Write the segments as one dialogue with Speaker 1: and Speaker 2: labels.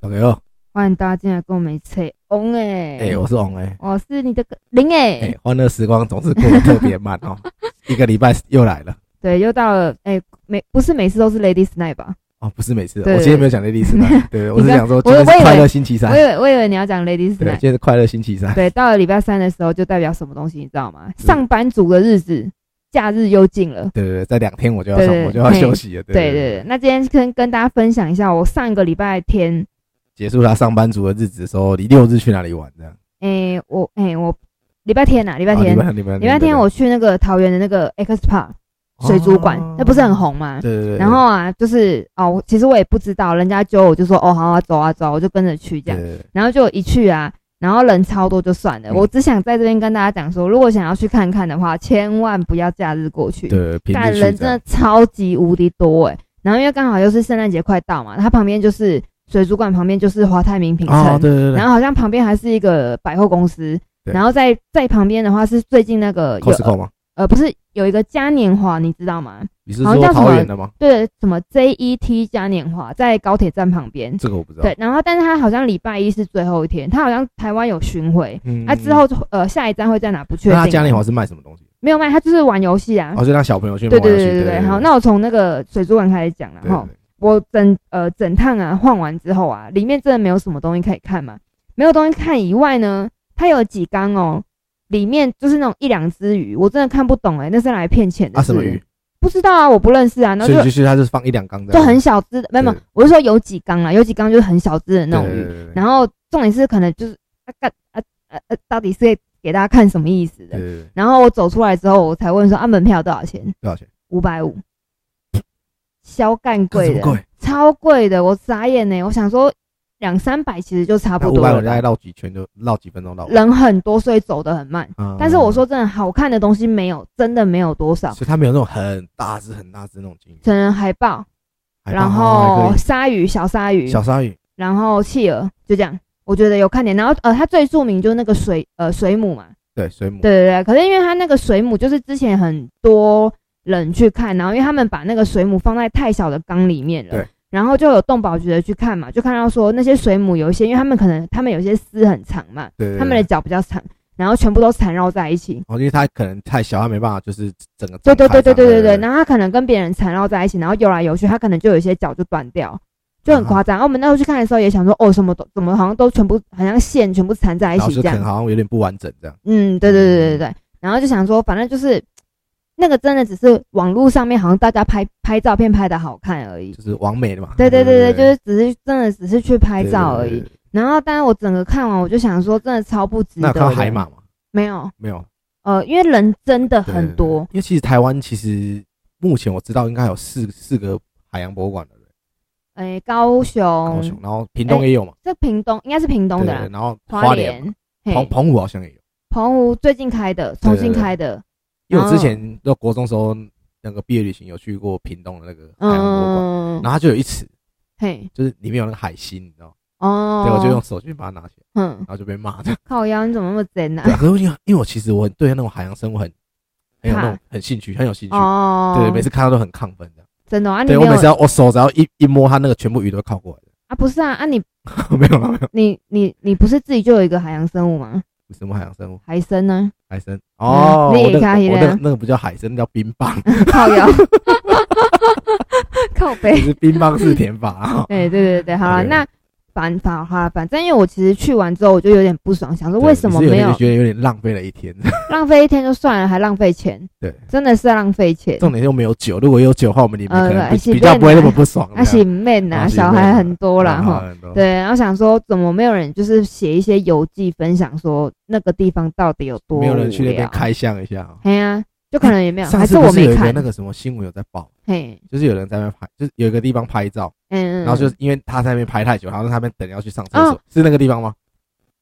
Speaker 1: OK 哦，
Speaker 2: 欢迎大家进来跟我们一起翁哎、
Speaker 1: 哎、我是王哎、
Speaker 2: 我是你的个林哎、
Speaker 1: 哎、欢乐时光总是过得特别慢哦， 一个礼拜又来了
Speaker 2: 对，又到了哎、每不是每次都是 Ladies Night 吧？
Speaker 1: 哦，不是每次，
Speaker 2: 对
Speaker 1: 我今天没有讲 Lady 斯奈， 对，我是
Speaker 2: 你看
Speaker 1: 想说
Speaker 2: 我
Speaker 1: 今天
Speaker 2: 我以
Speaker 1: 是
Speaker 2: 为
Speaker 1: 快乐星期三
Speaker 2: 我以，为我以为你要讲 Ladies
Speaker 1: 对，今
Speaker 2: Night，
Speaker 1: 天是快乐星期三，
Speaker 2: 对，到了礼拜三的时候就代表什么东西，你知道吗？
Speaker 1: 是
Speaker 2: 上班族的日子，假日又近了。
Speaker 1: 对对对，在两天我就要
Speaker 2: 对
Speaker 1: 上
Speaker 2: 对，
Speaker 1: 我就要
Speaker 2: 嘿
Speaker 1: 休息了，对
Speaker 2: 对对对，那今天跟跟大家分享一下，我上一个礼拜天，
Speaker 1: 结束他上班族的日子的时候，你六日去哪里玩这样？
Speaker 2: 哎、我哎、我礼拜天呐、哦礼拜
Speaker 1: 啊
Speaker 2: 天，
Speaker 1: 礼拜礼拜
Speaker 2: 礼拜天我去那个桃园的那个 X Park 水族馆，那不是很？红吗
Speaker 1: 哦对？对对对对，
Speaker 2: 然后啊，就是哦，我其实我也不知道，人家揪我就说哦，好啊，走啊走啊，我就跟着去这
Speaker 1: 对
Speaker 2: 样。
Speaker 1: 对对
Speaker 2: 然后就一去啊，然后人超多就算了。
Speaker 1: 嗯
Speaker 2: 我只想在这边跟大家讲说，如果想要去看看的话，千万不要假日过去，
Speaker 1: 对，平
Speaker 2: 但
Speaker 1: 日去
Speaker 2: 人
Speaker 1: 这
Speaker 2: 真
Speaker 1: 样
Speaker 2: 的超级无敌多诶、然后因为刚好又是圣诞节快到嘛，它旁边就是水族馆，旁边就是华泰名品城，
Speaker 1: 哦，对对对，
Speaker 2: 然后好像旁边还是一个百货公司，
Speaker 1: 对
Speaker 2: 然后在在旁边的话是最近那个有
Speaker 1: Costco 吗？
Speaker 2: 呃不是有一个嘉年华，你知道吗？
Speaker 1: 你是
Speaker 2: 好像
Speaker 1: 说
Speaker 2: 叫什么
Speaker 1: 桃园的吗？
Speaker 2: 对，什么 JET 嘉年华在高铁站旁边。
Speaker 1: 这个我不知道。
Speaker 2: 对，然后但是它好像礼拜一是最后一天，它好像台湾有巡回，
Speaker 1: 嗯，
Speaker 2: 它、之后就呃下一站会在哪不确
Speaker 1: 那
Speaker 2: 定。
Speaker 1: 他嘉年华是卖什么东西？
Speaker 2: 没有卖，它就是玩游戏啊。
Speaker 1: 哦，就让小朋友去
Speaker 2: 对
Speaker 1: 玩
Speaker 2: 对
Speaker 1: 游戏。
Speaker 2: 对对对，好，那我从那个水族馆开始讲了
Speaker 1: 对
Speaker 2: 哈。我整呃整趟啊晃完之后啊，里面真的没有什么东西可以看嘛，没有东西看以外呢，它有几缸哦，里面就是那种一两只鱼，我真的看不懂哎、那是拿来骗钱的。欸
Speaker 1: 啊什么鱼？？
Speaker 2: 不知道啊，我不认识啊，然后
Speaker 1: 所以
Speaker 2: 就
Speaker 1: 就是他就是放一两缸的，
Speaker 2: 就很小只的，没有没有
Speaker 1: 对，
Speaker 2: 我是说有几缸啦，有几缸就是很小只的那种鱼。
Speaker 1: 鱼
Speaker 2: 然后重点是可能就是啊干啊啊啊，到底是给给大家看什么意思
Speaker 1: 对
Speaker 2: 的？
Speaker 1: 对对，
Speaker 2: 然后我走出来之后，我才问说啊，门票多少钱？
Speaker 1: 多少钱？
Speaker 2: 五百五，小干贵
Speaker 1: 这
Speaker 2: 的
Speaker 1: 么，贵，
Speaker 2: 超贵的，我傻眼呢。我想说两三百其实就差
Speaker 1: 那
Speaker 2: 不
Speaker 1: 五
Speaker 2: 多
Speaker 1: 百我
Speaker 2: 了
Speaker 1: 大概
Speaker 2: 吧，
Speaker 1: 绕几圈就绕几分钟到。
Speaker 2: 人很多，所以走得很慢。
Speaker 1: 嗯
Speaker 2: 但是我说，真的，好看的东西没有，真的没有多少，
Speaker 1: 所以他没有那种很大只很大只那种鲸鱼，
Speaker 2: 成人海豹，
Speaker 1: 哦还
Speaker 2: 然
Speaker 1: 好还
Speaker 2: 后
Speaker 1: 可
Speaker 2: 鲨鱼、小鲨
Speaker 1: 以
Speaker 2: 鱼，
Speaker 1: 小鲨鱼，
Speaker 2: 然后企鹅，就这样。我觉得有看点，然后呃，它最著名就是那个水呃水母嘛，
Speaker 1: 对水母，
Speaker 2: 对对对。可是因为它那个水母，就是之前很多人去看，然后因为他们把那个水母放在太小的缸里面了，
Speaker 1: 对。
Speaker 2: 然后就有动保局的去看嘛，就看到说那些水母有一些，因为他们可能他们有些丝很长嘛，
Speaker 1: 对对对
Speaker 2: 他们的脚比较长，然后全部都缠绕在一起。
Speaker 1: 哦，因为它可能太小，它没办法，就是整个
Speaker 2: 对对
Speaker 1: 展开
Speaker 2: 对对对对
Speaker 1: 这
Speaker 2: 对，
Speaker 1: 样
Speaker 2: 然后它可能跟别人缠绕在一起，然后游来游去，它可能就有一些脚就断掉，就很夸张。
Speaker 1: 嗯
Speaker 2: 哦然后我们那时候去看的时候也想说，哦，什么都怎么好像都全部好像线全部缠在一
Speaker 1: 然后
Speaker 2: 起
Speaker 1: 就
Speaker 2: 这
Speaker 1: 可
Speaker 2: 样
Speaker 1: 能。好像有点不完整这样。
Speaker 2: 嗯，对对对对对对。然后就想说，反正就是那个真的只是网络上面好像大家拍拍照片拍的好看而已。
Speaker 1: 就是完美的嘛。
Speaker 2: 对对对对，就是只是真的只是去拍照而。
Speaker 1: 对
Speaker 2: 已
Speaker 1: 对。对
Speaker 2: 然后，但是我整个看完，我就想说，真的超不值
Speaker 1: 那
Speaker 2: 得
Speaker 1: 有
Speaker 2: 的。
Speaker 1: 看到海马吗？
Speaker 2: 没有，
Speaker 1: 没有，
Speaker 2: 呃，因为人真的
Speaker 1: 对
Speaker 2: 很多，。
Speaker 1: 因为其实台湾其实目前我知道应该有四四个海洋博物馆的人，
Speaker 2: 哎，高雄，
Speaker 1: 高雄，然后屏东也有嘛，
Speaker 2: 这屏东应该是屏东
Speaker 1: 对
Speaker 2: 的
Speaker 1: 对，
Speaker 2: 啦
Speaker 1: 对，然后
Speaker 2: 哎啊花
Speaker 1: 花
Speaker 2: 莲
Speaker 1: 莲嘛，，
Speaker 2: 嘿
Speaker 1: 澎，澎湖好像也有，
Speaker 2: 澎湖最近开的，重新开的，
Speaker 1: 因为我
Speaker 2: 哦
Speaker 1: 之前在国中时候那个毕业旅行有去过屏东的那个海洋博物馆，
Speaker 2: 嗯
Speaker 1: 然，后它就有一池，
Speaker 2: 嘿，
Speaker 1: 就是里面有那个海星，你知道吗？
Speaker 2: 哦，
Speaker 1: 对，我就用，手去把它拿起来，
Speaker 2: 嗯，
Speaker 1: 然后就被骂 的。
Speaker 2: 靠腰，你怎么那么啊贼呢
Speaker 1: 对，？啊可是我因为因为我其实我对那种海洋生物很很有那种很兴趣，很有兴趣，
Speaker 2: 哦，
Speaker 1: 对，每次看到都很亢奋的。
Speaker 2: 真的哦啊，你
Speaker 1: 对我
Speaker 2: 没有
Speaker 1: 每次要我手只要一一摸它，那个全部鱼都会靠过来
Speaker 2: 啊，不是啊，啊你
Speaker 1: 的。 没有啦没有，
Speaker 2: 你你你不是自己就有一个海洋生物吗？
Speaker 1: 什么海洋生物？
Speaker 2: 海参啊呢？
Speaker 1: 海参哦，
Speaker 2: 嗯你也
Speaker 1: 我那个
Speaker 2: 看起来
Speaker 1: 我那个那个不叫海参，那叫冰棒，
Speaker 2: 靠腰， 靠
Speaker 1: 就
Speaker 2: 背，哎
Speaker 1: 是冰棒式填法啊。
Speaker 2: 对对对对，好了，
Speaker 1: 对
Speaker 2: 那反反哈，反正因为我其实去完之后我就有点不爽，想说
Speaker 1: 对
Speaker 2: 哦为什么
Speaker 1: 你是
Speaker 2: 没
Speaker 1: 点
Speaker 2: 有
Speaker 1: 觉得有点浪费了一天？
Speaker 2: 浪费一天就算了，还浪费钱，
Speaker 1: 对，
Speaker 2: 真的是浪费钱。
Speaker 1: 重点又没有酒，如果有酒的话，我们里面
Speaker 2: 呃
Speaker 1: 可能
Speaker 2: 啊是
Speaker 1: 比比较不会那么不爽。
Speaker 2: 啊，是 man 啊，
Speaker 1: 啊是
Speaker 2: 小
Speaker 1: man
Speaker 2: 孩
Speaker 1: 啊
Speaker 2: 很多啦
Speaker 1: 然后
Speaker 2: 哈。对，然后想说怎么没有人就是写一些游记分享说那个地方到底有多
Speaker 1: 没有人去那
Speaker 2: 无
Speaker 1: 边
Speaker 2: 聊。
Speaker 1: 开箱一下啊。
Speaker 2: 哎呀，就可能也没有，
Speaker 1: 上
Speaker 2: 还
Speaker 1: 次
Speaker 2: 我
Speaker 1: 不是有
Speaker 2: 没
Speaker 1: 一个
Speaker 2: 看
Speaker 1: 那。个什么新闻有在报，
Speaker 2: 嘿，
Speaker 1: 就是有人在那边拍，就是有一个地方拍照，
Speaker 2: 嗯，嗯
Speaker 1: 然后就
Speaker 2: 嗯
Speaker 1: 是因为他在那边拍太久，然后在那边等要去上厕
Speaker 2: 哦
Speaker 1: 所，是那个地方吗？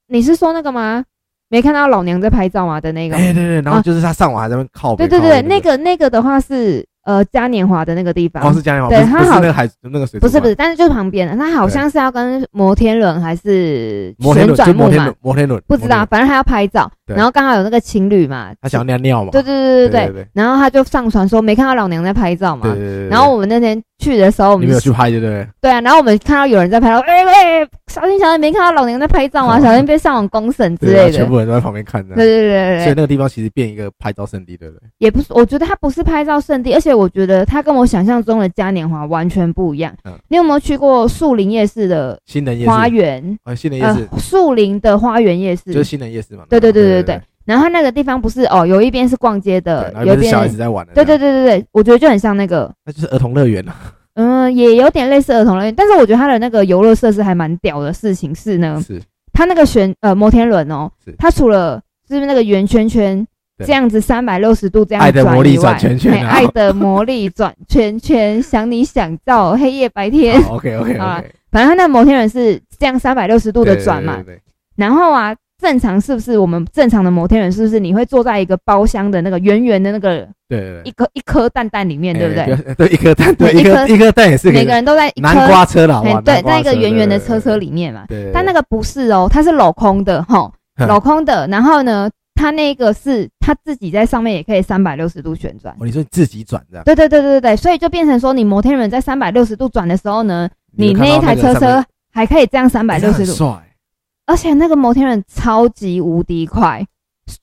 Speaker 2: 你是说那个吗？没看到老娘在拍照吗的那个？
Speaker 1: 哎，对对，然
Speaker 2: 啊
Speaker 1: 后就是他上网还在那边靠
Speaker 2: 对
Speaker 1: 北。
Speaker 2: 对
Speaker 1: 靠
Speaker 2: 对，
Speaker 1: 北
Speaker 2: 那个那个的话是呃嘉年华的那个地方
Speaker 1: 哦，，是嘉年华，
Speaker 2: 对
Speaker 1: 不是
Speaker 2: 它
Speaker 1: 不是
Speaker 2: 好
Speaker 1: 那个海那个水族
Speaker 2: 不
Speaker 1: 馆，
Speaker 2: 是不是，但是就是旁边的，它好像是要跟摩天轮还是
Speaker 1: 摩天
Speaker 2: 旋
Speaker 1: 轮，就
Speaker 2: 转
Speaker 1: 摩
Speaker 2: 木
Speaker 1: 天
Speaker 2: 马
Speaker 1: 轮，，摩天轮，
Speaker 2: 不知
Speaker 1: 摩天
Speaker 2: 道，
Speaker 1: 轮
Speaker 2: 反正他要拍照。
Speaker 1: 对
Speaker 2: 然后刚好有那个情侣嘛，
Speaker 1: 他想要尿尿嘛？
Speaker 2: 对对对对
Speaker 1: 对
Speaker 2: 对
Speaker 1: 对
Speaker 2: 然后他就上传说没看到老娘在拍照嘛
Speaker 1: 对，对对。
Speaker 2: 然后我们那天去的时候，我
Speaker 1: 你
Speaker 2: 们
Speaker 1: 没有去拍，对不对？
Speaker 2: 对啊，然后我们看到有人在拍照，哎、哎、小心小心，没看到老娘在拍照吗？
Speaker 1: 哦
Speaker 2: 小心被上网公审之
Speaker 1: 对啊
Speaker 2: 类的。
Speaker 1: 全部人都在旁边看的
Speaker 2: 对。对对对
Speaker 1: 所以
Speaker 2: 对，
Speaker 1: 那个地方其实变一个拍照圣地，对不对？
Speaker 2: 也不是，我觉得它不是拍照圣地，而且我觉得它跟我想象中的嘉年华完全不一样。
Speaker 1: 嗯
Speaker 2: 你有没有去过树林夜市的
Speaker 1: 新人夜
Speaker 2: 花
Speaker 1: 市，
Speaker 2: 园？
Speaker 1: 呃，新人夜
Speaker 2: 呃
Speaker 1: 市，
Speaker 2: 树林的花园夜市
Speaker 1: 就是。新人夜市嘛。
Speaker 2: 对对对
Speaker 1: 对
Speaker 2: 对对。然后它那个地地方不是哦，有一边是逛街的
Speaker 1: 对，然后就
Speaker 2: 有一
Speaker 1: 是
Speaker 2: 边
Speaker 1: 小孩子在玩的。
Speaker 2: 对对对
Speaker 1: 对，
Speaker 2: 对对，我觉得就很像那个，
Speaker 1: 那就是儿童乐园啊了。
Speaker 2: 嗯，也有点类似儿童乐园，但是我觉得它的那个游乐设施还蛮屌的。事情是呢，
Speaker 1: 是，
Speaker 2: 它那个旋呃摩天轮哦
Speaker 1: 是，
Speaker 2: 它除了就是那个圆圈圈
Speaker 1: 对
Speaker 2: 这样子三百六十度这样
Speaker 1: 爱的魔力
Speaker 2: 以外
Speaker 1: 转圈圈
Speaker 2: 嘿
Speaker 1: 啊
Speaker 2: 爱的魔力转圈圈，想你想到黑夜 白天，
Speaker 1: OK OK
Speaker 2: 好啊
Speaker 1: OK。
Speaker 2: 反正它那个摩天轮是这样三百六十度的转嘛
Speaker 1: 对，对对对
Speaker 2: 然后啊。正常是不是我们正常的摩天轮是不是你会坐在一个包厢的那个圆圆的那个
Speaker 1: 对对对
Speaker 2: 一。颗一颗蛋蛋里面，对不
Speaker 1: 哎
Speaker 2: 对？
Speaker 1: 要 对，一颗蛋，对，
Speaker 2: 对
Speaker 1: 一颗
Speaker 2: 一颗
Speaker 1: 一颗蛋也是可
Speaker 2: 每
Speaker 1: 以
Speaker 2: 个
Speaker 1: 的。
Speaker 2: 人都在一颗
Speaker 1: 南瓜车啦，
Speaker 2: 嘿
Speaker 1: 啊哇，
Speaker 2: 对，
Speaker 1: 南瓜
Speaker 2: 在一个
Speaker 1: 车
Speaker 2: 圆圆的车车。里面嘛。
Speaker 1: 对对对对，
Speaker 2: 但那
Speaker 1: 个
Speaker 2: 个不是哦，它是镂空的吼，
Speaker 1: 嗯
Speaker 2: 镂空的。然后呢，它那个是它自己在上面也可以三百六十度旋转。
Speaker 1: 哦，你说你自己转这样，
Speaker 2: 对对对对对对，所以就变成说，你摩天轮在三百六十度转的时候呢，你
Speaker 1: 就看
Speaker 2: 那
Speaker 1: 到
Speaker 2: 一台
Speaker 1: 个
Speaker 2: 车
Speaker 1: 上面
Speaker 2: 车还可以这样三百
Speaker 1: 哎
Speaker 2: 六
Speaker 1: 那
Speaker 2: 十
Speaker 1: 很
Speaker 2: 度，
Speaker 1: 帅，
Speaker 2: 而且那个摩天轮超级无敌快，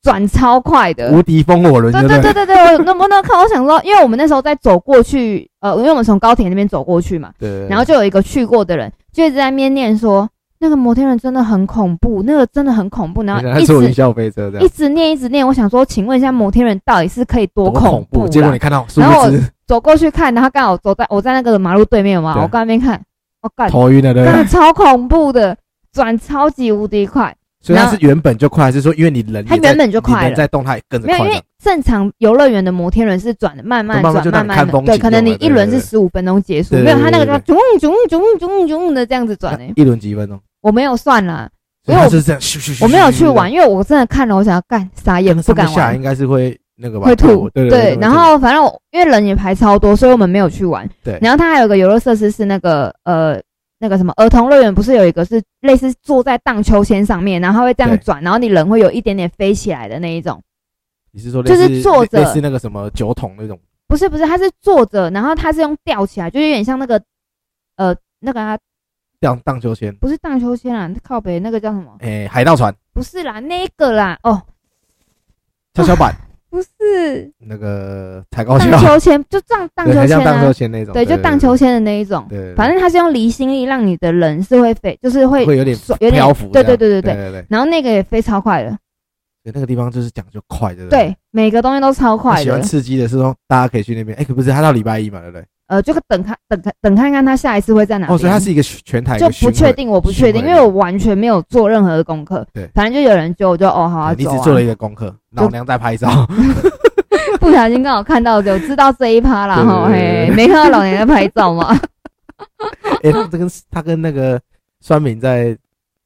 Speaker 2: 转超快的。
Speaker 1: 无敌风火轮，
Speaker 2: 对
Speaker 1: 对
Speaker 2: 对对对对，我能不能看？我想说，因为我们那时候在走过去，呃，因为我们从高铁那边走过去嘛，
Speaker 1: 对对。
Speaker 2: 然后就有一个去过的人，就一直在面念说，那个摩天轮真的很恐怖，那个真的很恐怖，然后
Speaker 1: 他
Speaker 2: 一
Speaker 1: 坐云
Speaker 2: 直
Speaker 1: 霄飞车这
Speaker 2: 一
Speaker 1: 样，
Speaker 2: 直念一直念。我想说，请问一下，摩天轮到底是可以多
Speaker 1: 多
Speaker 2: 恐
Speaker 1: 怖！结果
Speaker 2: 啦
Speaker 1: 你？看到，殊
Speaker 2: 然后
Speaker 1: 不
Speaker 2: 我
Speaker 1: 知
Speaker 2: 走过去看，然后刚好走在我在那个马路对面嘛，
Speaker 1: 对
Speaker 2: 我刚那边看，我、感
Speaker 1: 头晕了，对
Speaker 2: 真
Speaker 1: 不
Speaker 2: 的
Speaker 1: 对？
Speaker 2: 超恐怖的，转超级无敌快，
Speaker 1: 所以它
Speaker 2: 然后
Speaker 1: 是原本就快，还是说因为你人
Speaker 2: 它
Speaker 1: 也在
Speaker 2: 原本就
Speaker 1: 你
Speaker 2: 快
Speaker 1: 人
Speaker 2: 了
Speaker 1: 在动它也跟着
Speaker 2: 没有，
Speaker 1: 快这
Speaker 2: 因为
Speaker 1: 样，
Speaker 2: 正常游乐园的摩天轮是转的，慢慢
Speaker 1: 慢慢
Speaker 2: 转，
Speaker 1: 就
Speaker 2: 慢
Speaker 1: 让你看
Speaker 2: 慢
Speaker 1: 风
Speaker 2: 对，
Speaker 1: 景
Speaker 2: 可能
Speaker 1: 就
Speaker 2: 你
Speaker 1: 好了
Speaker 2: 一轮
Speaker 1: 对
Speaker 2: 是
Speaker 1: 对
Speaker 2: 十五分钟结束，
Speaker 1: 对对
Speaker 2: 没有，它那个
Speaker 1: 对
Speaker 2: 就
Speaker 1: 对
Speaker 2: 囧囧囧囧囧的这样子转诶、
Speaker 1: 一轮几分钟，
Speaker 2: 我没欸有算啦，
Speaker 1: 所以
Speaker 2: 因为
Speaker 1: 它
Speaker 2: 我
Speaker 1: 就是这样咻咻咻咻咻咻咻咻，
Speaker 2: 我没有去玩，因为我真的看了，我想要干傻眼，不
Speaker 1: 上面
Speaker 2: 敢
Speaker 1: 下来
Speaker 2: 玩
Speaker 1: 应，该是会那个吧，
Speaker 2: 会吐。
Speaker 1: 对
Speaker 2: 然后反正我因为人也排超多，所以我们没有去玩。
Speaker 1: 对
Speaker 2: 然后它还有个游乐设施是那个呃那个什么儿童乐园，不是有一个是类似坐在荡秋千上面，然后它会这样
Speaker 1: 对
Speaker 2: 转，然后你人会有一点点飞起来的那一种。
Speaker 1: 你是说类
Speaker 2: 就是
Speaker 1: 似
Speaker 2: 坐着
Speaker 1: 类似那个什么酒桶那种，
Speaker 2: 不是不是，它是坐着，然后它是用吊起来，就有点像那个呃那个啊，
Speaker 1: 荡荡秋千，
Speaker 2: 不是荡秋千啊，靠北那个叫什么？
Speaker 1: 哎，海盗船、
Speaker 2: 不是啦，那个啦，哦，
Speaker 1: 跷跷板。
Speaker 2: 不是
Speaker 1: 那个抬高
Speaker 2: 荡
Speaker 1: 跷，
Speaker 2: 秋千，就这样荡
Speaker 1: 对，
Speaker 2: 秋
Speaker 1: 很像
Speaker 2: 千
Speaker 1: 荡
Speaker 2: 啊
Speaker 1: 秋。千那种，
Speaker 2: 对，就荡秋，千的那一种。
Speaker 1: 对对，对
Speaker 2: 反正它是用离心力让你的人是会飞，就是会
Speaker 1: 会有点
Speaker 2: 爽有点
Speaker 1: 漂浮这
Speaker 2: 对
Speaker 1: 样，
Speaker 2: 对对
Speaker 1: 对
Speaker 2: 对对。
Speaker 1: 对对，
Speaker 2: 然后那个也飞超快的，
Speaker 1: 对那个地方就是讲究快，对不对
Speaker 2: 对，每个东西都超
Speaker 1: 那
Speaker 2: 快
Speaker 1: 喜欢
Speaker 2: 的。
Speaker 1: 刺激的是说大家可以去那边，哎，可不是他到礼拜一嘛，对不对？
Speaker 2: 呃，就等看等看等看看他下一次会在哪
Speaker 1: 哦，所以它
Speaker 2: 边。
Speaker 1: 是一个全台一
Speaker 2: 就
Speaker 1: 个
Speaker 2: 不
Speaker 1: 巡回
Speaker 2: 确，定，我不确定，
Speaker 1: 巡
Speaker 2: 因
Speaker 1: 回
Speaker 2: 为我完全没有做任何的功课。
Speaker 1: 对
Speaker 2: 反正就有人揪，我就哦好啊，
Speaker 1: 对你
Speaker 2: 走
Speaker 1: 只做了
Speaker 2: 啊。
Speaker 1: 一个功课，老娘在拍照，
Speaker 2: 不小心刚好看到，就知道这一趴啦
Speaker 1: 对对
Speaker 2: 哈，
Speaker 1: 对对
Speaker 2: 嘿，没看到老年在拍照吗？
Speaker 1: 哎，他跟他跟那个酸敏在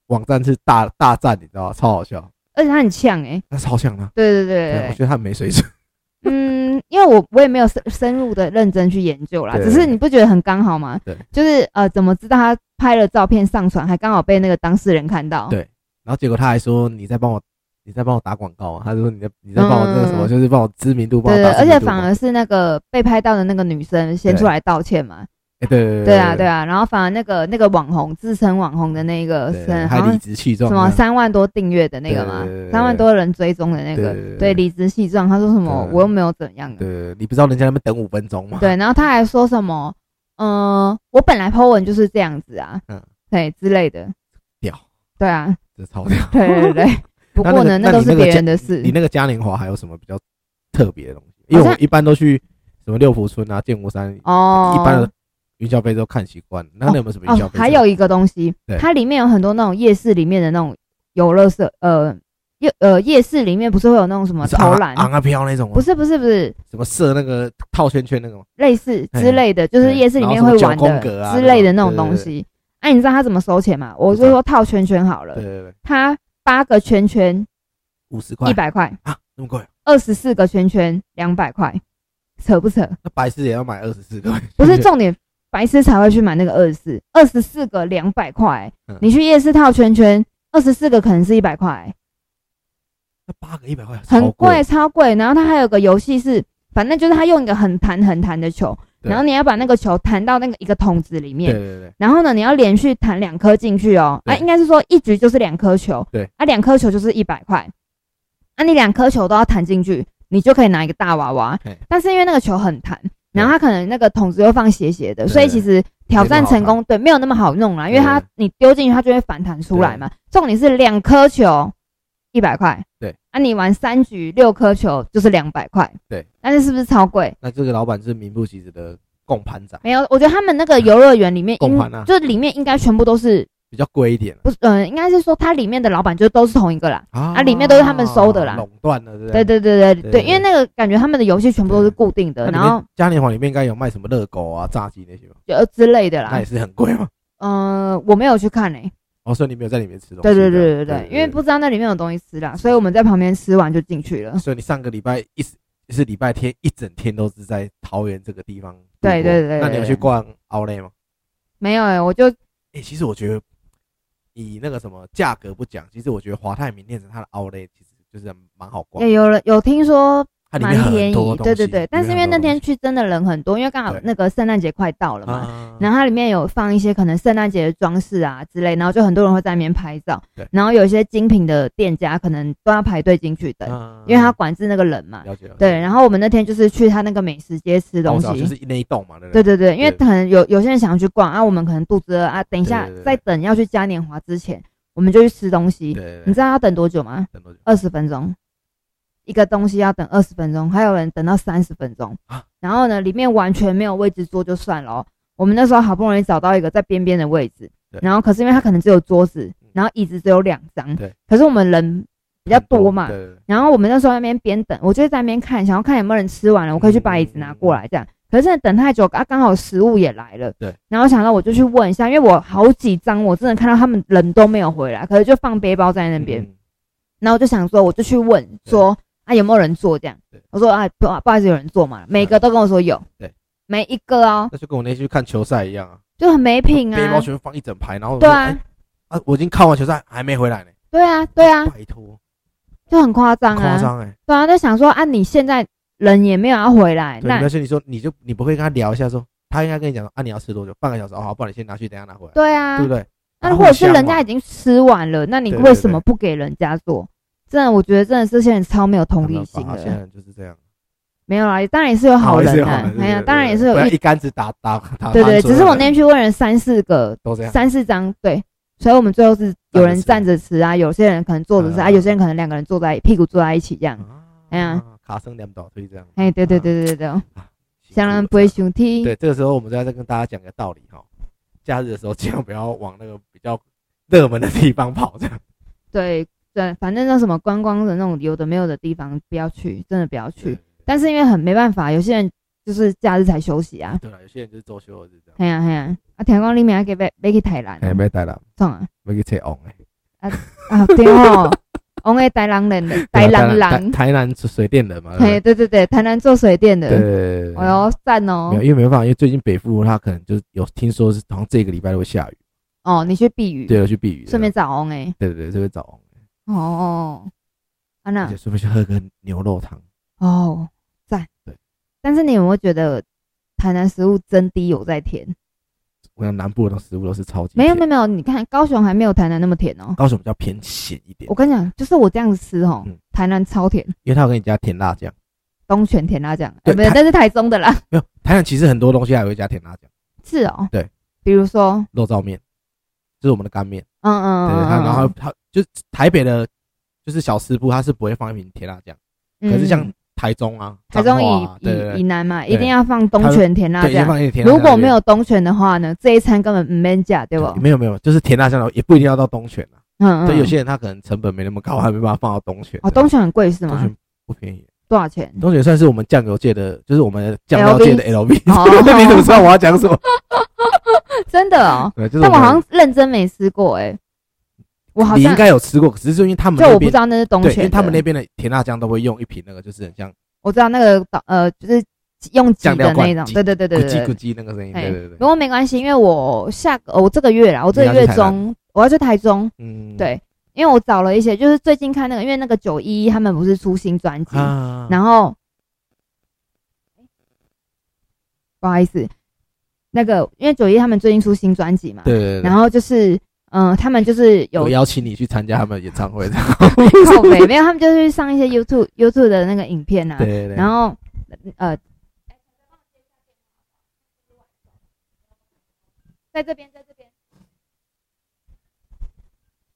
Speaker 1: 网站是大大战，你知道吗？超好笑，
Speaker 2: 而且他很呛哎，
Speaker 1: 那超像的，
Speaker 2: 对对对
Speaker 1: 对
Speaker 2: 对
Speaker 1: 我
Speaker 2: 对
Speaker 1: 觉，得他没水准，
Speaker 2: 嗯，因为我我也没有深深入的认真去研究啦，
Speaker 1: 对
Speaker 2: 只是你不觉得很刚好吗？
Speaker 1: 对，
Speaker 2: 就是呃，怎么知道他拍了照片上传，还刚好被那个当事人看到？
Speaker 1: 对然后结果他还说你在帮我。你在帮我打广告啊？他就说你在你在帮我那个什么，
Speaker 2: 嗯
Speaker 1: 就是帮我知名度，帮
Speaker 2: 对
Speaker 1: 我
Speaker 2: 对，
Speaker 1: 打知
Speaker 2: 而
Speaker 1: 名
Speaker 2: 且
Speaker 1: 度
Speaker 2: 反
Speaker 1: 嘛
Speaker 2: 而是那个被拍到的那个女生先
Speaker 1: 对
Speaker 2: 出来道歉嘛，
Speaker 1: 哎对对对
Speaker 2: 对啊对啊，然后反而那个那个网红自称网红的那个
Speaker 1: 对
Speaker 2: 是
Speaker 1: 还
Speaker 2: 好
Speaker 1: 理
Speaker 2: 像
Speaker 1: 直气壮
Speaker 2: 什
Speaker 1: 这
Speaker 2: 么
Speaker 1: 样，
Speaker 2: 三万多订阅的那个嘛
Speaker 1: 啊对对对，对
Speaker 2: 三万多人追踪的那个
Speaker 1: 对对，对
Speaker 2: 对理直气壮，他说什么
Speaker 1: 对
Speaker 2: 我又没有怎样啊，
Speaker 1: 对，你不知道人家在那边等五分钟吗？
Speaker 2: 对，然后他还说什么，嗯，我本来 po 文就是这样子啊
Speaker 1: 嗯，
Speaker 2: 对之类的，
Speaker 1: 屌，
Speaker 2: 对啊，
Speaker 1: 这超屌。
Speaker 2: 对对 对对。不过呢，
Speaker 1: 那那个
Speaker 2: 都是
Speaker 1: 那你那个
Speaker 2: 别人的事
Speaker 1: 你。那个嘉年华还有什么比较特别的东西？因为
Speaker 2: 好
Speaker 1: 我
Speaker 2: 像
Speaker 1: 一般都去什么六福村啊、建国山，一
Speaker 2: 哦，
Speaker 1: 般的云霄飞车看习惯。那你有没有什么云霄
Speaker 2: 哦，
Speaker 1: 飞车？
Speaker 2: 还有一个东西
Speaker 1: 对，
Speaker 2: 它里面有很多那种夜市里面的那种游乐设，呃，夜呃夜市里面不是会有那种什么
Speaker 1: 是
Speaker 2: 投篮？
Speaker 1: 昂啊飘那种吗？
Speaker 2: 不是不是不是，
Speaker 1: 什么射那个套圈圈那种吗？
Speaker 2: 类似之类的，就是
Speaker 1: 对
Speaker 2: 夜市里面会玩
Speaker 1: 然后什么九宫格
Speaker 2: 的
Speaker 1: 啊
Speaker 2: 之类的那
Speaker 1: 那
Speaker 2: 种
Speaker 1: 种
Speaker 2: 东西。哎，你知道他怎么收钱吗？我就说套圈圈好
Speaker 1: 对
Speaker 2: 了，
Speaker 1: 对对，
Speaker 2: 他八个圈圈
Speaker 1: 五十块
Speaker 2: 一百块，
Speaker 1: 啊，那么贵？
Speaker 2: 二十四个圈圈两百块，扯不扯？
Speaker 1: 那白痴也要买二十四个？
Speaker 2: 不是重点，白痴才会去买那个二十四，二十四个两百块
Speaker 1: 嗯，
Speaker 2: 你去夜市套圈圈，二十四个可能是一百块，
Speaker 1: 那八个一百块
Speaker 2: 很
Speaker 1: 贵
Speaker 2: 贵，，超贵。然后它还有个游戏是，反正就是它用一个很弹很弹的球，
Speaker 1: 对
Speaker 2: 然后你要把那个球弹到那个一个桶子里
Speaker 1: 对
Speaker 2: 面，
Speaker 1: 对对，
Speaker 2: 然后呢，你要连续弹两颗进去哦。啊，
Speaker 1: 对
Speaker 2: 应该是说一局就是两颗球，
Speaker 1: 对，
Speaker 2: 啊，两颗球就是一百块，啊，你两颗球都要弹进去，你就可以拿一个大娃娃
Speaker 1: 嘿。
Speaker 2: 但是因为那个球很弹，然后它可能那个桶子又放斜斜的，
Speaker 1: 对
Speaker 2: 所以其实挑战成功，对，没有那么好弄啦，因为它
Speaker 1: 对
Speaker 2: 你丢进去它就会反弹出来嘛。重点是两颗球一百块，
Speaker 1: 对，
Speaker 2: 啊，你玩三局六颗球就是两百块，
Speaker 1: 对，
Speaker 2: 但是是不是超贵？
Speaker 1: 那这个老板是名不其实的共盘仔，
Speaker 2: 没有，我觉得他们那个游乐园里面
Speaker 1: 共
Speaker 2: 应
Speaker 1: 盘啊
Speaker 2: 就是里面应该全部都是
Speaker 1: 比较贵一点
Speaker 2: 不是，嗯、应该是说它里面的老板就都是同一个啦。
Speaker 1: 啊
Speaker 2: 啊里面都是他们收的啦
Speaker 1: 垄断了，对不
Speaker 2: 对
Speaker 1: 对
Speaker 2: 对对
Speaker 1: 对
Speaker 2: 对对，因为那个感觉他们的游戏全部都是固定
Speaker 1: 那
Speaker 2: 的，
Speaker 1: 里面
Speaker 2: 然后
Speaker 1: 嘉年华里面应该有卖什么热狗啊、炸鸡那些吧？
Speaker 2: 呃之类的
Speaker 1: 那
Speaker 2: 啦
Speaker 1: 也。是很贵嘛。
Speaker 2: 嗯、我没有去看诶、
Speaker 1: 哦，所以你没有在里面吃东西。
Speaker 2: 对对
Speaker 1: 这
Speaker 2: 对对
Speaker 1: 样
Speaker 2: 对，因为不知道那里面有东西吃啦，所以我们在旁边吃完就进去了。
Speaker 1: 啊所以你上个礼拜一直是礼拜天一整天都是在桃园这个地方度过。
Speaker 2: 对对对对
Speaker 1: 那你有去逛 Outlet 吗？
Speaker 2: 没有诶、欸我就
Speaker 1: 诶，其实我觉得以那个什么价格不讲，其实我觉得华泰名店城它的 Outlet 其实就是蛮好逛
Speaker 2: 也，有了有听说
Speaker 1: 它里面
Speaker 2: 蛮便
Speaker 1: 很多东
Speaker 2: 宜，
Speaker 1: 西。
Speaker 2: 对对对。但是因为那天
Speaker 1: 里
Speaker 2: 去真的人很多，因为刚好
Speaker 1: 对
Speaker 2: 那个圣诞节快到了
Speaker 1: 面
Speaker 2: 嘛，
Speaker 1: 很多东西啊
Speaker 2: 然后它里面有放一些可能圣诞节的装饰啊之类，然后就很多人会在那边拍照
Speaker 1: 对。
Speaker 2: 然后有一些精品的店家可能都要排队进去等，
Speaker 1: 啊
Speaker 2: 因为它管制那个人嘛。
Speaker 1: 了解了解
Speaker 2: 对，然后我们那天就是去他那个美食街吃东
Speaker 1: 我知道就
Speaker 2: 西。
Speaker 1: 是那一栋嘛，对不
Speaker 2: 对
Speaker 1: 对？
Speaker 2: 对对，因为
Speaker 1: 对
Speaker 2: 可能有有些人想要去逛啊，我们可能肚子饿啊，等一下
Speaker 1: 对对对
Speaker 2: 再等要去嘉年华之前，我们就去吃东西。
Speaker 1: 对，
Speaker 2: 你知道要等多久吗？
Speaker 1: 很多
Speaker 2: 二十分钟，一个东西要等二十分钟，还有人等到三十分钟
Speaker 1: 啊。
Speaker 2: 然后呢，里面完全没有位置坐就算了哦。我们那时候好不容易找到一个在边边的位置
Speaker 1: 对，嗯
Speaker 2: 然后可是因为它可能只有桌子，然后椅子只有两张
Speaker 1: 对，
Speaker 2: 可是我们人比较多嘛，
Speaker 1: 对对对
Speaker 2: 然后我们那时候在那边边等，我就在那边看，想要看有没有人吃完了，我可以去把椅子拿过来这样。可是真的等太久啊，刚好食物也来了。
Speaker 1: 嗯对。
Speaker 2: 然后想到我就去问一下，因为我好几张我真的看到他们人都没有回来，可是就放背包在那边。
Speaker 1: 嗯
Speaker 2: 然后我就想说，我就去问说啊有没有人做这样
Speaker 1: 对？
Speaker 2: 我说啊不不好意思，有人做嘛？每个都跟我说有。
Speaker 1: 对。
Speaker 2: 每一个哦，
Speaker 1: 那就跟我那天去看球赛一样啊，
Speaker 2: 就很没品
Speaker 1: 背包
Speaker 2: 啊。
Speaker 1: 全放一整排，然后我
Speaker 2: 对
Speaker 1: 说
Speaker 2: 啊
Speaker 1: 哎，啊，我已经看完球赛还没回来呢。
Speaker 2: 对啊，对啊，
Speaker 1: 拜托，
Speaker 2: 就很夸张
Speaker 1: 夸
Speaker 2: 啊。
Speaker 1: 张哎！
Speaker 2: 对啊，在想说啊，你现在人也没有要回来，
Speaker 1: 对，
Speaker 2: 那
Speaker 1: 你要是你说你就你不会跟他聊一下说，他应该跟你讲说啊，你要吃多久？半个小时哦，好，不然你先拿去，等一下拿回来，
Speaker 2: 对啊，
Speaker 1: 对不对？
Speaker 2: 那
Speaker 1: 然
Speaker 2: 或
Speaker 1: 后
Speaker 2: 者是
Speaker 1: 香
Speaker 2: 人
Speaker 1: 嘛
Speaker 2: 家已经吃完了，那你
Speaker 1: 对
Speaker 2: 为
Speaker 1: 对
Speaker 2: 什么
Speaker 1: 对
Speaker 2: 不给人家做？真的，我觉得真的这些人超没有同
Speaker 1: 他
Speaker 2: 理
Speaker 1: 们
Speaker 2: 心
Speaker 1: 把现在
Speaker 2: 的。
Speaker 1: 人就是这样，
Speaker 2: 没有啦，当然也是有好
Speaker 1: 也是有
Speaker 2: 人
Speaker 1: 好
Speaker 2: 啊
Speaker 1: 人，对
Speaker 2: 哎呀，
Speaker 1: 对
Speaker 2: 当然
Speaker 1: 对
Speaker 2: 也是
Speaker 1: 不
Speaker 2: 有
Speaker 1: 然
Speaker 2: 一
Speaker 1: 一竿子打打打。
Speaker 2: 对
Speaker 1: 打
Speaker 2: 对，
Speaker 1: 所有
Speaker 2: 只是我
Speaker 1: 人
Speaker 2: 那天去问了三四个，
Speaker 1: 都这样，
Speaker 2: 三四张对，所以我们最后是有人站着吃啊，有些人可能坐着吃啊，
Speaker 1: 嗯
Speaker 2: 有些人可能两个人坐在屁股坐在一起这样。哎呀
Speaker 1: 啊，卡生两倒推这样，
Speaker 2: 哎，对
Speaker 1: 嗯
Speaker 2: 对对对对，
Speaker 1: 辛
Speaker 2: 相
Speaker 1: 苦
Speaker 2: 当
Speaker 1: 了
Speaker 2: 不会兄弟，
Speaker 1: 对，这个时候我们再再跟大家讲个道理哈，假日的时候千万不要往那个比较热门的地方跑，这样
Speaker 2: 对对，反正那什么观光的那种有的没有的地方不要去，真的不要去。。但是因为很没办法，有些人就是假日才休息啊，
Speaker 1: 对了，有些人就是周休日这样。
Speaker 2: 系啊系啊，啊听讲你明仔计要要去台南
Speaker 1: 哎，
Speaker 2: 啊，
Speaker 1: 没带啦，
Speaker 2: 创啊，
Speaker 1: 没去车王哎，
Speaker 2: 啊对哦， 我们的台南人的台南
Speaker 1: 啊台
Speaker 2: 人，
Speaker 1: 台南水电人嘛，
Speaker 2: 嘿
Speaker 1: 对
Speaker 2: 对对对，台南做水电
Speaker 1: 不对
Speaker 2: 的，
Speaker 1: 对，
Speaker 2: 哎呦赞哦
Speaker 1: 没有，，因为没办法，因为最近北部它可能就是有听说是好像这个礼拜都会下雨，
Speaker 2: 哦你去避雨，
Speaker 1: 对，有去避雨的，
Speaker 2: 顺便找翁诶，
Speaker 1: 对对对，这边找王，
Speaker 2: 哦哦，啊
Speaker 1: 而
Speaker 2: 那
Speaker 1: 且顺便去喝个牛肉汤，
Speaker 2: 哦赞
Speaker 1: 对，
Speaker 2: 但是你有没有觉得台南食物真滴有在甜？
Speaker 1: 我想南部的食物都是超级
Speaker 2: 没有
Speaker 1: 甜
Speaker 2: 没有没有，你看高雄还没有台南那么甜哦。
Speaker 1: 高雄比较偏咸一点
Speaker 2: 我，跟你讲，就是我这样吃哦
Speaker 1: 嗯，
Speaker 2: 台南超甜，
Speaker 1: 因为它有跟你加甜辣酱，
Speaker 2: 东泉甜辣酱，
Speaker 1: 对
Speaker 2: 哎没有，
Speaker 1: 台
Speaker 2: 那是台中的啦，
Speaker 1: 没有台南其实很多东西还会加甜辣酱。
Speaker 2: 是哦，
Speaker 1: 对，
Speaker 2: 比如说
Speaker 1: 肉燥面，这是我们的干面。
Speaker 2: 嗯
Speaker 1: 对，
Speaker 2: 嗯，嗯
Speaker 1: 它然后
Speaker 2: 嗯
Speaker 1: 它就是台北的，就是小吃部，它是不会放一瓶甜辣酱。
Speaker 2: 嗯
Speaker 1: 可是像台中啊，
Speaker 2: 台中
Speaker 1: 彰化啊
Speaker 2: 以
Speaker 1: 对对
Speaker 2: 以以
Speaker 1: 对
Speaker 2: 南嘛，
Speaker 1: 对
Speaker 2: 一定要放东泉甜辣
Speaker 1: 对，也
Speaker 2: 酱。
Speaker 1: 放一点甜辣
Speaker 2: 啊如
Speaker 1: 酱。
Speaker 2: 果没有东泉的话呢，这一餐根本没人假，对
Speaker 1: 对
Speaker 2: 不？
Speaker 1: 对没有没有，就是甜辣酱的也不一定要到东泉啊。
Speaker 2: 嗯
Speaker 1: 对，
Speaker 2: 嗯。
Speaker 1: 有些人他可能成本没那么高，还没办法放到东泉。
Speaker 2: 哦，
Speaker 1: 对
Speaker 2: 东泉很贵是
Speaker 1: 东
Speaker 2: 吗？
Speaker 1: 泉不便宜，
Speaker 2: 多少钱？
Speaker 1: 东泉算是我们酱油界的，就是我们酱料界的 LV。
Speaker 2: 哦
Speaker 1: 那 你怎么知道我要讲什么？
Speaker 2: 真的哦，
Speaker 1: 对，就是
Speaker 2: 但我
Speaker 1: 们
Speaker 2: 好像认真没吃过哎，我好
Speaker 1: 你应
Speaker 2: 像
Speaker 1: 该有吃过，只是因为他们
Speaker 2: 就
Speaker 1: 那
Speaker 2: 我不知
Speaker 1: 边
Speaker 2: 道那是东
Speaker 1: 对，因
Speaker 2: 泉
Speaker 1: 为
Speaker 2: 的，
Speaker 1: 他们那边的甜辣酱都会用一瓶那个，就是很像
Speaker 2: 我知道那个呃就是用挤
Speaker 1: 酱料
Speaker 2: 的
Speaker 1: 罐
Speaker 2: 那种，
Speaker 1: 挤
Speaker 2: 对对对
Speaker 1: 咕
Speaker 2: 对
Speaker 1: 叽咕
Speaker 2: 对。
Speaker 1: 叽那个声音。
Speaker 2: 哎
Speaker 1: 对对对
Speaker 2: 不。过没关系，因为我下个、哦我这个月啦，我这个
Speaker 1: 你要
Speaker 2: 月
Speaker 1: 去台南
Speaker 2: 中我要去台中，
Speaker 1: 嗯，
Speaker 2: 对，因为我找了一些，就是最近看那个，因为那个九一一他们不是出新专辑，
Speaker 1: 啊，
Speaker 2: 然后不好意思，那个因为九一他们最近出新专辑嘛，
Speaker 1: 对对对，
Speaker 2: 然后就是嗯、呃他们就是有啊
Speaker 1: 有邀请你去参加他们的演唱 会的，
Speaker 2: 靠 北，没有他们就是去上一些 YouTube YouTube 的那个影片啊
Speaker 1: 对，对对，
Speaker 2: 然后呃，在这边，在这边。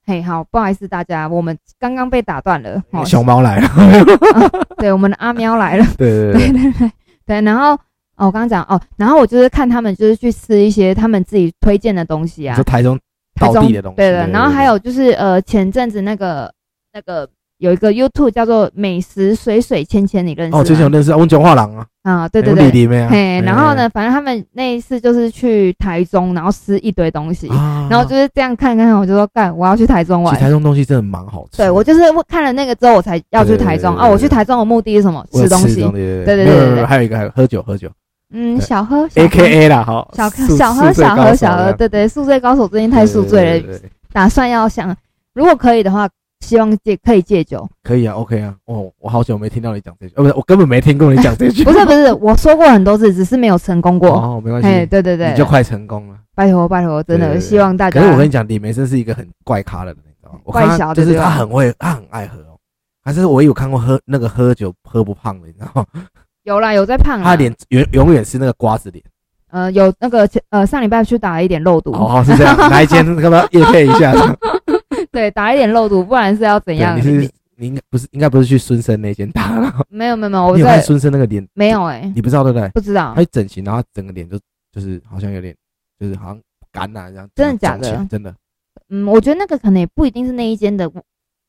Speaker 2: 嘿，好，不好意思大家，我们刚刚被打断了。哦，
Speaker 1: 熊猫来了，
Speaker 2: 对，我们的阿喵 来了。
Speaker 1: 对对
Speaker 2: 对
Speaker 1: 对，
Speaker 2: 对对对，然后哦，我刚刚讲哦，然后我就是看他们就是去吃一些他们自己推荐的东西
Speaker 1: 你
Speaker 2: 啊
Speaker 1: 说，台中
Speaker 2: 台
Speaker 1: 道
Speaker 2: 中
Speaker 1: 地的东西，
Speaker 2: 对
Speaker 1: 对
Speaker 2: 的，
Speaker 1: 对
Speaker 2: 然后
Speaker 1: 对
Speaker 2: 还有就是呃，前阵子那个那个有一个 YouTube 叫做“美食水水芊芊”，你认识吗？
Speaker 1: 哦，之前有认识啊温泉画廊啊，
Speaker 2: 啊，对对
Speaker 1: 有
Speaker 2: 对
Speaker 1: 李，黎妹啊，
Speaker 2: 嘿，然后呢，反正他们那一次就是去台中，然后吃一堆东西，
Speaker 1: 对，对对啊
Speaker 2: 然后就是这样看看，我就说干，我要去台中
Speaker 1: 其实
Speaker 2: 玩。
Speaker 1: 台中东西真的蛮好吃的，
Speaker 2: 对我就是看了那个之后，我才要去台中
Speaker 1: 对对对对
Speaker 2: 啊。我去台中的目的是什么？
Speaker 1: 我有
Speaker 2: 吃东
Speaker 1: 吃
Speaker 2: 西
Speaker 1: 东。西，
Speaker 2: 对对对
Speaker 1: 没有
Speaker 2: 对
Speaker 1: 没有
Speaker 2: 对
Speaker 1: 还有一个还有喝酒喝酒
Speaker 2: 嗯，
Speaker 1: 对
Speaker 2: 小喝
Speaker 1: ，A
Speaker 2: 小喝
Speaker 1: K A 啦，好，
Speaker 2: 小
Speaker 1: 宿
Speaker 2: 喝小喝
Speaker 1: 宿醉高
Speaker 2: 小
Speaker 1: 手
Speaker 2: 喝小
Speaker 1: 这
Speaker 2: 喝，
Speaker 1: 样
Speaker 2: 对对，宿醉高手最近太宿醉
Speaker 1: 对
Speaker 2: 了，
Speaker 1: 对对对
Speaker 2: 打算要想，如果可以的话，希望戒可以 戒酒。
Speaker 1: 可以啊，OK 啊，哦，我好久没听到你讲这句，呃，不是，我根本没听过你讲这句，
Speaker 2: 不是不是，我说过很多次，只是没有成功过。
Speaker 1: 哦，没关
Speaker 2: 哎，
Speaker 1: 系，
Speaker 2: 对对对
Speaker 1: 你就，快成功了。
Speaker 2: 拜托拜托，真
Speaker 1: 对
Speaker 2: 的
Speaker 1: 对对
Speaker 2: 希望大家。
Speaker 1: 可是我跟你讲，李梅生是一个很怪咖的人，你知道吗？我
Speaker 2: 怪
Speaker 1: 看他
Speaker 2: 小的
Speaker 1: 就是
Speaker 2: 对
Speaker 1: 他
Speaker 2: 吧
Speaker 1: 很会，他很爱喝哦。还是我有看过喝那个喝酒喝不胖的，你知道吗？
Speaker 2: 有啦，有在胖啦。
Speaker 1: 他脸永永远是那个瓜子脸。
Speaker 2: 呃，有那个前呃上礼拜去打了一点肉毒，
Speaker 1: 哦，是这样，来一间干嘛夜配一下？
Speaker 2: 对，打了一点肉毒，不然是要怎
Speaker 1: 对，
Speaker 2: 样
Speaker 1: 你？是你应该不是应该不是去孙生那间打了？
Speaker 2: 没有没有没有，我
Speaker 1: 你有看
Speaker 2: 在
Speaker 1: 孙生那个脸？
Speaker 2: 没有哎、
Speaker 1: 你不知道对不对？
Speaker 2: 不知道
Speaker 1: 他一整形，然后他整个脸就就是好像有点就是好像感染这样。
Speaker 2: 真的假的
Speaker 1: 肿起来真的，
Speaker 2: 嗯，我觉得那个可能也不一定是那一间的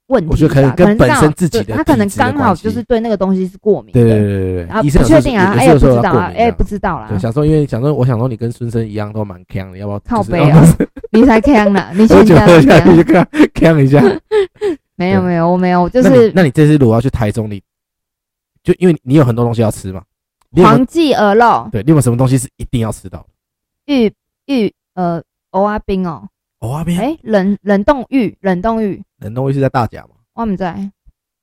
Speaker 2: 问题吧，
Speaker 1: 我觉得可能跟
Speaker 2: 刚
Speaker 1: 本身自己的
Speaker 2: 对他可能
Speaker 1: 体质的
Speaker 2: 刚好
Speaker 1: 关系
Speaker 2: 就是对那个东西是过敏的，
Speaker 1: 对对对对
Speaker 2: 啊，
Speaker 1: 对，
Speaker 2: 不
Speaker 1: 医生有时
Speaker 2: 确
Speaker 1: 候
Speaker 2: 定啊，
Speaker 1: 有
Speaker 2: 哎
Speaker 1: 时
Speaker 2: 呀
Speaker 1: 候
Speaker 2: 不
Speaker 1: 说
Speaker 2: 知
Speaker 1: 要
Speaker 2: 道
Speaker 1: 过
Speaker 2: 啊
Speaker 1: 敏，这
Speaker 2: 哎
Speaker 1: 样
Speaker 2: 不知道啦
Speaker 1: 对，，想说，因为想说，我想说你跟孙生一样都蛮强的，要不要
Speaker 2: 靠
Speaker 1: 就是
Speaker 2: 背啊
Speaker 1: 要不是，
Speaker 2: 你才 can 啦， 你
Speaker 1: 喝
Speaker 2: 现
Speaker 1: 酒喝
Speaker 2: 在
Speaker 1: 一下你
Speaker 2: 呛
Speaker 1: 就跟他强一下。
Speaker 2: 没有
Speaker 1: 对
Speaker 2: 没有我没有，我 就
Speaker 1: 那你
Speaker 2: 是
Speaker 1: 那你这次如果要去台中，你就因为你有很多东西要吃嘛，你有没有
Speaker 2: 黄记鹅肉、
Speaker 1: 对，你有没有什么东西是一定要吃到的？
Speaker 2: 玉玉呃蚵仔冰哦，
Speaker 1: 哦，那边
Speaker 2: 哎冷冷冻玉冷冻玉，
Speaker 1: 冷冻玉是在大甲嘛，
Speaker 2: 我们在，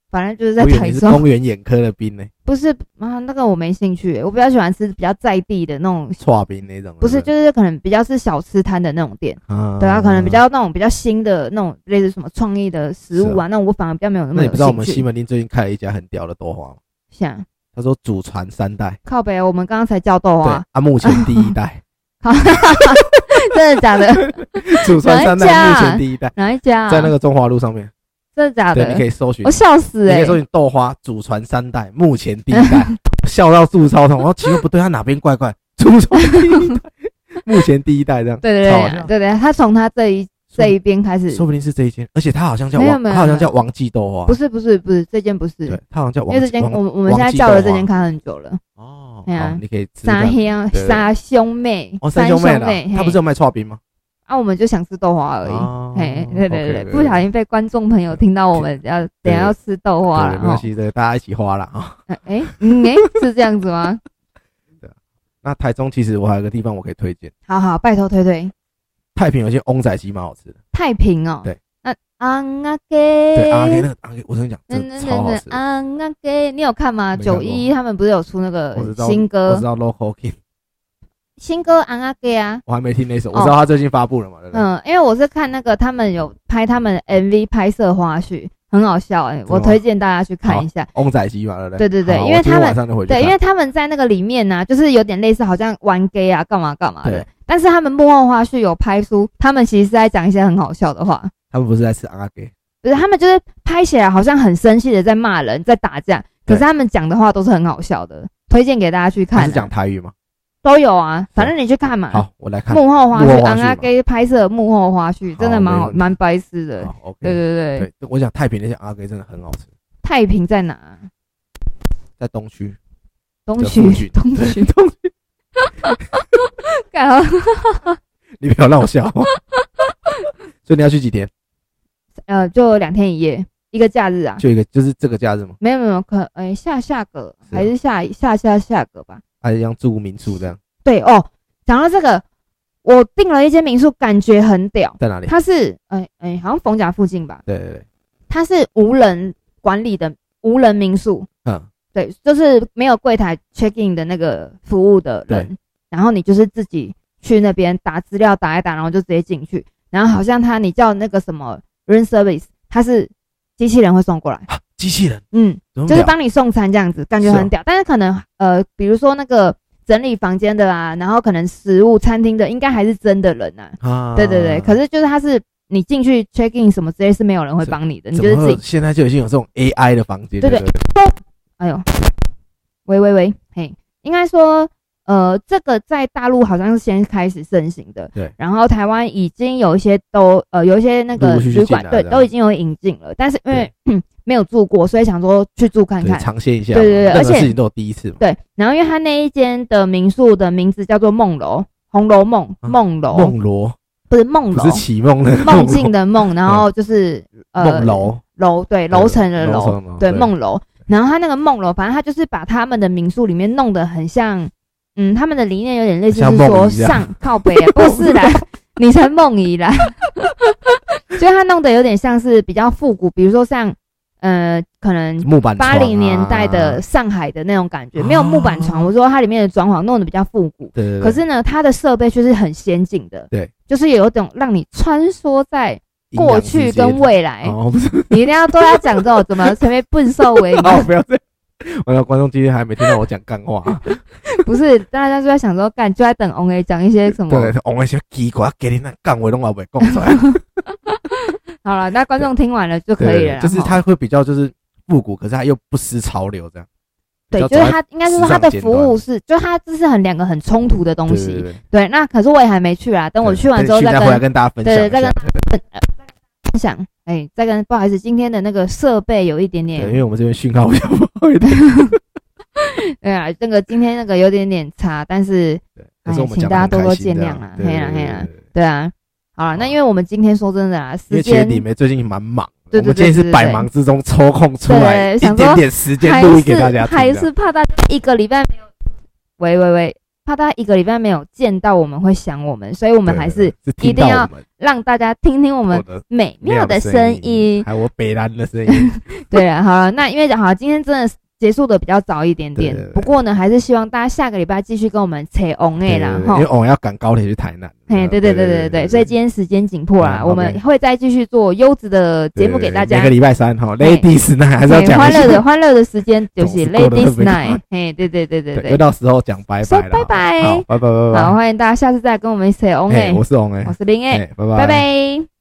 Speaker 2: 反正就是在
Speaker 1: 我以为
Speaker 2: 台
Speaker 1: 你是
Speaker 2: 中。
Speaker 1: 公园眼科的兵呢，
Speaker 2: 不是啊，那个我没兴趣欸、我比较喜欢吃比较在地的那种，
Speaker 1: 串兵那种的。
Speaker 2: 不是就是可能比较是小吃摊的那种店，
Speaker 1: 啊
Speaker 2: 对啊，可能比。较那种比较新的那种类似什么创意的食物
Speaker 1: 是
Speaker 2: 啊，那我反而比较没有那
Speaker 1: 那
Speaker 2: 么
Speaker 1: 你
Speaker 2: 有
Speaker 1: 不知道我们
Speaker 2: 兴
Speaker 1: 西
Speaker 2: 趣。
Speaker 1: 门町最近开了一家很屌的豆花吗？
Speaker 2: 想
Speaker 1: 他说祖传三代，
Speaker 2: 靠北，我们刚刚才叫豆
Speaker 1: 对
Speaker 2: 花，，
Speaker 1: 啊，目前第一 代，
Speaker 2: 真的 假的？
Speaker 1: 祖传三
Speaker 2: 哪
Speaker 1: 代，
Speaker 2: 一
Speaker 1: 目
Speaker 2: 家
Speaker 1: 前第一代，在
Speaker 2: 哪一家、啊？
Speaker 1: 那个中华路上面，
Speaker 2: 真的假
Speaker 1: 对，你可
Speaker 2: 的？
Speaker 1: 以搜寻
Speaker 2: 我。笑死
Speaker 1: 你可
Speaker 2: 哎、
Speaker 1: 以搜
Speaker 2: 欸！
Speaker 1: 寻豆花祖传三代，目前第一 代，笑到肚子超痛。然后奇怪不对，他哪边怪怪？祖传第一代，目前第一代这样，
Speaker 2: 对对
Speaker 1: 超好
Speaker 2: 对
Speaker 1: 笑
Speaker 2: 对对对，他从他这一这一边开始，
Speaker 1: 啊说不定是这一间，而且他好像叫
Speaker 2: 没有
Speaker 1: 王，
Speaker 2: 没
Speaker 1: 他
Speaker 2: 有
Speaker 1: 好像
Speaker 2: 没有
Speaker 1: 叫王记豆花，
Speaker 2: 不是不是不是，这间不是，
Speaker 1: 对，他好像叫
Speaker 2: 因
Speaker 1: 王
Speaker 2: 为这间
Speaker 1: 王
Speaker 2: 我们我们现在
Speaker 1: 记
Speaker 2: 叫
Speaker 1: 豆
Speaker 2: 的这
Speaker 1: 花
Speaker 2: 间开很久了，
Speaker 1: 哦，
Speaker 2: 哎呀
Speaker 1: 好你可以吃吃
Speaker 2: 三
Speaker 1: 看。
Speaker 2: 兄
Speaker 1: 对对
Speaker 2: 三啊兄妹
Speaker 1: 哦，三兄妹啦，他
Speaker 2: 嘿
Speaker 1: 不是有卖刨冰吗？
Speaker 2: 啊，我们就想吃豆花而已。
Speaker 1: 哦
Speaker 2: 嘿，对对
Speaker 1: OK，
Speaker 2: 对，不小心被观众朋友听到我们要等下要吃豆花
Speaker 1: 对，
Speaker 2: 了哦
Speaker 1: 没关
Speaker 2: 哈。
Speaker 1: 系，对，大家一起花啦啊。
Speaker 2: 哎，嗯，哎， 是这样子吗？
Speaker 1: 那台中其实我还有个地方我可以推荐，
Speaker 2: 好好，拜托推推
Speaker 1: 太平有一间翁仔鸡蛮好吃的，
Speaker 2: 太平哦。
Speaker 1: 对，
Speaker 2: 那昂嗯啊给，
Speaker 1: 对，阿给那
Speaker 2: 那
Speaker 1: 个阿给，我跟你讲，真的
Speaker 2: 那
Speaker 1: 超好吃
Speaker 2: 那。昂啊给，你有看吗？
Speaker 1: 没看
Speaker 2: 九
Speaker 1: 过
Speaker 2: 一他们不是有出那个
Speaker 1: 我知道，
Speaker 2: 呃新
Speaker 1: 我
Speaker 2: 歌
Speaker 1: 知，道 Local King，
Speaker 2: 新歌昂啊给啊。
Speaker 1: 我还没听那首，
Speaker 2: 哦
Speaker 1: 我知道他最近发布了嘛，对不对？
Speaker 2: 嗯，因为我是看那个他们有拍他们 MV 拍摄花絮，很好笑哎，我
Speaker 1: 吗
Speaker 2: 推荐大家去看一下。
Speaker 1: 翁仔鸡嘛，对不对？
Speaker 2: 对对对
Speaker 1: 好
Speaker 2: 因为
Speaker 1: 我今天
Speaker 2: 他们
Speaker 1: 晚上就回去看。
Speaker 2: 对，因为他们在那个里面呢、啊就是有点类似好像玩 gay 啊，干嘛干嘛的
Speaker 1: 对。
Speaker 2: 但是他们幕后花絮有拍出，他们其实是在讲一些很好笑的话，
Speaker 1: 他们不是在吃阿给，
Speaker 2: 不是他们就是拍起来好像很生气的在骂人，在打架，可
Speaker 1: 对
Speaker 2: 是他们讲的话都是很好笑的，推荐给大家去
Speaker 1: 他
Speaker 2: 看、
Speaker 1: 是
Speaker 2: 啊
Speaker 1: 讲，台语吗？
Speaker 2: 都有啊，反正你去看嘛。
Speaker 1: 好，我来看。
Speaker 2: 幕后花
Speaker 1: 幕
Speaker 2: 絮，
Speaker 1: 后花絮
Speaker 2: 昂阿
Speaker 1: 嘛
Speaker 2: gay 拍摄的幕后花絮真的蛮
Speaker 1: 没
Speaker 2: 好，
Speaker 1: 问题
Speaker 2: 蛮白痴的。
Speaker 1: 好，OK。哦
Speaker 2: 对对对，
Speaker 1: 对，我想太平那些阿给真的很好吃，
Speaker 2: 太平在哪啊？
Speaker 1: 在东区。
Speaker 2: 东
Speaker 1: 在
Speaker 2: 区
Speaker 1: 附近，
Speaker 2: 东区，东 区。干嘛
Speaker 1: 你不要让我笑。 所以你要去几天？
Speaker 2: 呃，就两天一夜，一个假日啊。
Speaker 1: 就一个，就是这个假日吗？
Speaker 2: 没有没有，可哎、下下个
Speaker 1: 是啊
Speaker 2: 还是下下下下个吧。
Speaker 1: 还是一样住民宿这样？
Speaker 2: 对哦，讲到这个，我订了一间民宿，感觉很屌。
Speaker 1: 在哪里？
Speaker 2: 它是哎哎、好像逢甲附近吧？
Speaker 1: 对对对，
Speaker 2: 它是无人管理的无人民宿，
Speaker 1: 嗯，
Speaker 2: 对，就是没有柜台 check in 的那个服务的人，然后你就是自己去那边打资料打一打，然后就直接进去。然后好像他你叫那个什么 room service，它是机器人会送过来，
Speaker 1: 啊，机器人
Speaker 2: 嗯，
Speaker 1: 怎么
Speaker 2: 就是
Speaker 1: 了
Speaker 2: 帮你送餐这样子，感觉
Speaker 1: 是哦
Speaker 2: 很屌。但是可能呃，比如说那个整理房间的啊，然后可能食物餐厅的，应该还是真的人啊。
Speaker 1: 啊，
Speaker 2: 对对对，可是就是他是你进去 check in 什么之类是没有人会
Speaker 1: 是
Speaker 2: 帮你的，你
Speaker 1: 怎
Speaker 2: 就是
Speaker 1: 么
Speaker 2: 自
Speaker 1: 会
Speaker 2: 己
Speaker 1: 有现在就已经有这种 AI 的房间？
Speaker 2: 对对
Speaker 1: 对对，
Speaker 2: 哎呦，喂喂喂，嘿，应该说，呃，这个在大陆好像是先开始盛行的，
Speaker 1: 对
Speaker 2: 然后台湾已经有一些都呃有一些那
Speaker 1: 陆
Speaker 2: 个
Speaker 1: 陆续续
Speaker 2: 旅馆
Speaker 1: 进来
Speaker 2: 对
Speaker 1: 的啊
Speaker 2: 都已经有引进了，但是因为 没有住过，所以想说去住看
Speaker 1: 对
Speaker 2: 看。
Speaker 1: 尝鲜一下嘛，
Speaker 2: 对对对
Speaker 1: 任
Speaker 2: 而
Speaker 1: 何
Speaker 2: 且
Speaker 1: 事情都有第一次嘛，
Speaker 2: 对，然后因为他那一间的民宿的名字叫做梦楼，《红楼梦》
Speaker 1: 啊
Speaker 2: 梦楼
Speaker 1: 梦罗
Speaker 2: 不是梦
Speaker 1: 不
Speaker 2: 楼
Speaker 1: 是，启梦的
Speaker 2: 梦境的梦，然后就是呃
Speaker 1: 梦楼，
Speaker 2: 楼对楼层的楼，
Speaker 1: 层的
Speaker 2: 对呃梦楼。然后他那个梦楼，反正他就是把他们的民宿里面弄得很像，嗯，他们的理念有点类似，
Speaker 1: 像
Speaker 2: 是
Speaker 1: 梦
Speaker 2: 说
Speaker 1: 一样
Speaker 2: 上靠北啊，不是 啦，你才梦遗啦。 所以他弄得有点像是比较复古，比如说像呃，可能
Speaker 1: 木板
Speaker 2: 八
Speaker 1: 床
Speaker 2: 零年代的
Speaker 1: 啊，哦
Speaker 2: 上海的那种感觉，没有木板床。我说它里面的装潢弄得比较复古，
Speaker 1: 对对对，
Speaker 2: 可是呢，它的设备却是很先进的，
Speaker 1: 对，
Speaker 2: 就是有一种让你穿梭在
Speaker 1: 营养
Speaker 2: 过
Speaker 1: 之
Speaker 2: 去
Speaker 1: 间
Speaker 2: 跟未来，
Speaker 1: 哦，不是，
Speaker 2: 你一定要对他讲这种怎 么成为笨兽为奴，
Speaker 1: 哦，不要这样，我的观众今天还没听到我讲干话，
Speaker 2: 嗯不是？大家就在想说，干就在等 O A 讲一些什么。
Speaker 1: 对，我们些奇怪，给你那干我拢也未讲出来，
Speaker 2: 好了，那观众听完了就可以啊
Speaker 1: 对
Speaker 2: 了啦。
Speaker 1: 就是
Speaker 2: 哈，
Speaker 1: 它会比较就是复古，可是它又不失潮流这样，
Speaker 2: 对，
Speaker 1: 比较
Speaker 2: 就
Speaker 1: 走在
Speaker 2: 是他应该是说他的
Speaker 1: 时尚尖
Speaker 2: 服务是，就他这是很两个很冲突的东
Speaker 1: 对
Speaker 2: 西
Speaker 1: 对。对，
Speaker 2: 对，那可是我也还没去啊，等我
Speaker 1: 对
Speaker 2: 去完
Speaker 1: 等
Speaker 2: 之后
Speaker 1: 去
Speaker 2: 再
Speaker 1: 再
Speaker 2: 跟
Speaker 1: 回来跟大家分享一
Speaker 2: 对
Speaker 1: 下，
Speaker 2: 再跟分享。哎，再跟不好意思，今天的那个设备有一点
Speaker 1: 对，因
Speaker 2: 点，
Speaker 1: 为我们这边讯号比较不好一点，
Speaker 2: 对啊，那个今天那个有点点差，但是
Speaker 1: 对可是我们
Speaker 2: 哎请
Speaker 1: 讲得
Speaker 2: 大家
Speaker 1: 很
Speaker 2: 多
Speaker 1: 开
Speaker 2: 多
Speaker 1: 心
Speaker 2: 见
Speaker 1: 这
Speaker 2: 谅
Speaker 1: 样
Speaker 2: 啦
Speaker 1: 对
Speaker 2: 嘿啦
Speaker 1: 对
Speaker 2: 嘿
Speaker 1: 对
Speaker 2: 啦
Speaker 1: 对对
Speaker 2: 对啊，好了，那
Speaker 1: 好
Speaker 2: 因为我们今天说真的啊，
Speaker 1: 因
Speaker 2: 时
Speaker 1: 为其实
Speaker 2: 间
Speaker 1: 李梅最近蛮忙的，
Speaker 2: 对
Speaker 1: 我们今
Speaker 2: 对对
Speaker 1: 天
Speaker 2: 对
Speaker 1: 是百忙之中抽空出来
Speaker 2: 对对对
Speaker 1: 一
Speaker 2: 想说
Speaker 1: 点点时间
Speaker 2: 还
Speaker 1: 录音
Speaker 2: 是
Speaker 1: 给大家听，
Speaker 2: 还是怕大家一个礼拜没有，喂喂喂，怕大家一个礼拜没有见到我们会想我们，所以我
Speaker 1: 我
Speaker 2: 们还是
Speaker 1: 是听
Speaker 2: 一定
Speaker 1: 到
Speaker 2: 要
Speaker 1: 我们
Speaker 2: 让大家听听我
Speaker 1: 我
Speaker 2: 们
Speaker 1: 的
Speaker 2: 美妙的声
Speaker 1: 声
Speaker 2: 音。
Speaker 1: 还有我北兰的声 音，
Speaker 2: 对啊，好了，那因为好，今天真的结束的比较早一点点，
Speaker 1: 对对对
Speaker 2: 不过呢，还是希望大家下个礼拜继续跟我们扯 on
Speaker 1: 对
Speaker 2: A 啦
Speaker 1: 对对
Speaker 2: 哈
Speaker 1: 因为。我要赶高铁去台南，
Speaker 2: 嘿，哎对对对对对对，所以今天时间紧迫啦，
Speaker 1: 嗯
Speaker 2: 我们
Speaker 1: OK
Speaker 2: 会再继续做优质的节目给大
Speaker 1: 对对对
Speaker 2: 家
Speaker 1: 每个。礼拜三哈
Speaker 2: 嘿
Speaker 1: ，Ladies 呢还是要
Speaker 2: 对，
Speaker 1: 讲
Speaker 2: 欢
Speaker 1: 一下
Speaker 2: 乐的，欢乐的时间就
Speaker 1: 总
Speaker 2: 是
Speaker 1: 是过得特
Speaker 2: Ladies
Speaker 1: 别
Speaker 2: Night
Speaker 1: 快。
Speaker 2: 嘿，对对对对
Speaker 1: 对，
Speaker 2: 对
Speaker 1: 又。到时候讲拜拜了，
Speaker 2: 说拜拜
Speaker 1: 好，拜拜拜拜，
Speaker 2: 好，欢迎大家下次再跟我们 say on
Speaker 1: 嘿
Speaker 2: A，
Speaker 1: 我是王哎
Speaker 2: 我，是林 A，
Speaker 1: 嘿拜
Speaker 2: 拜拜。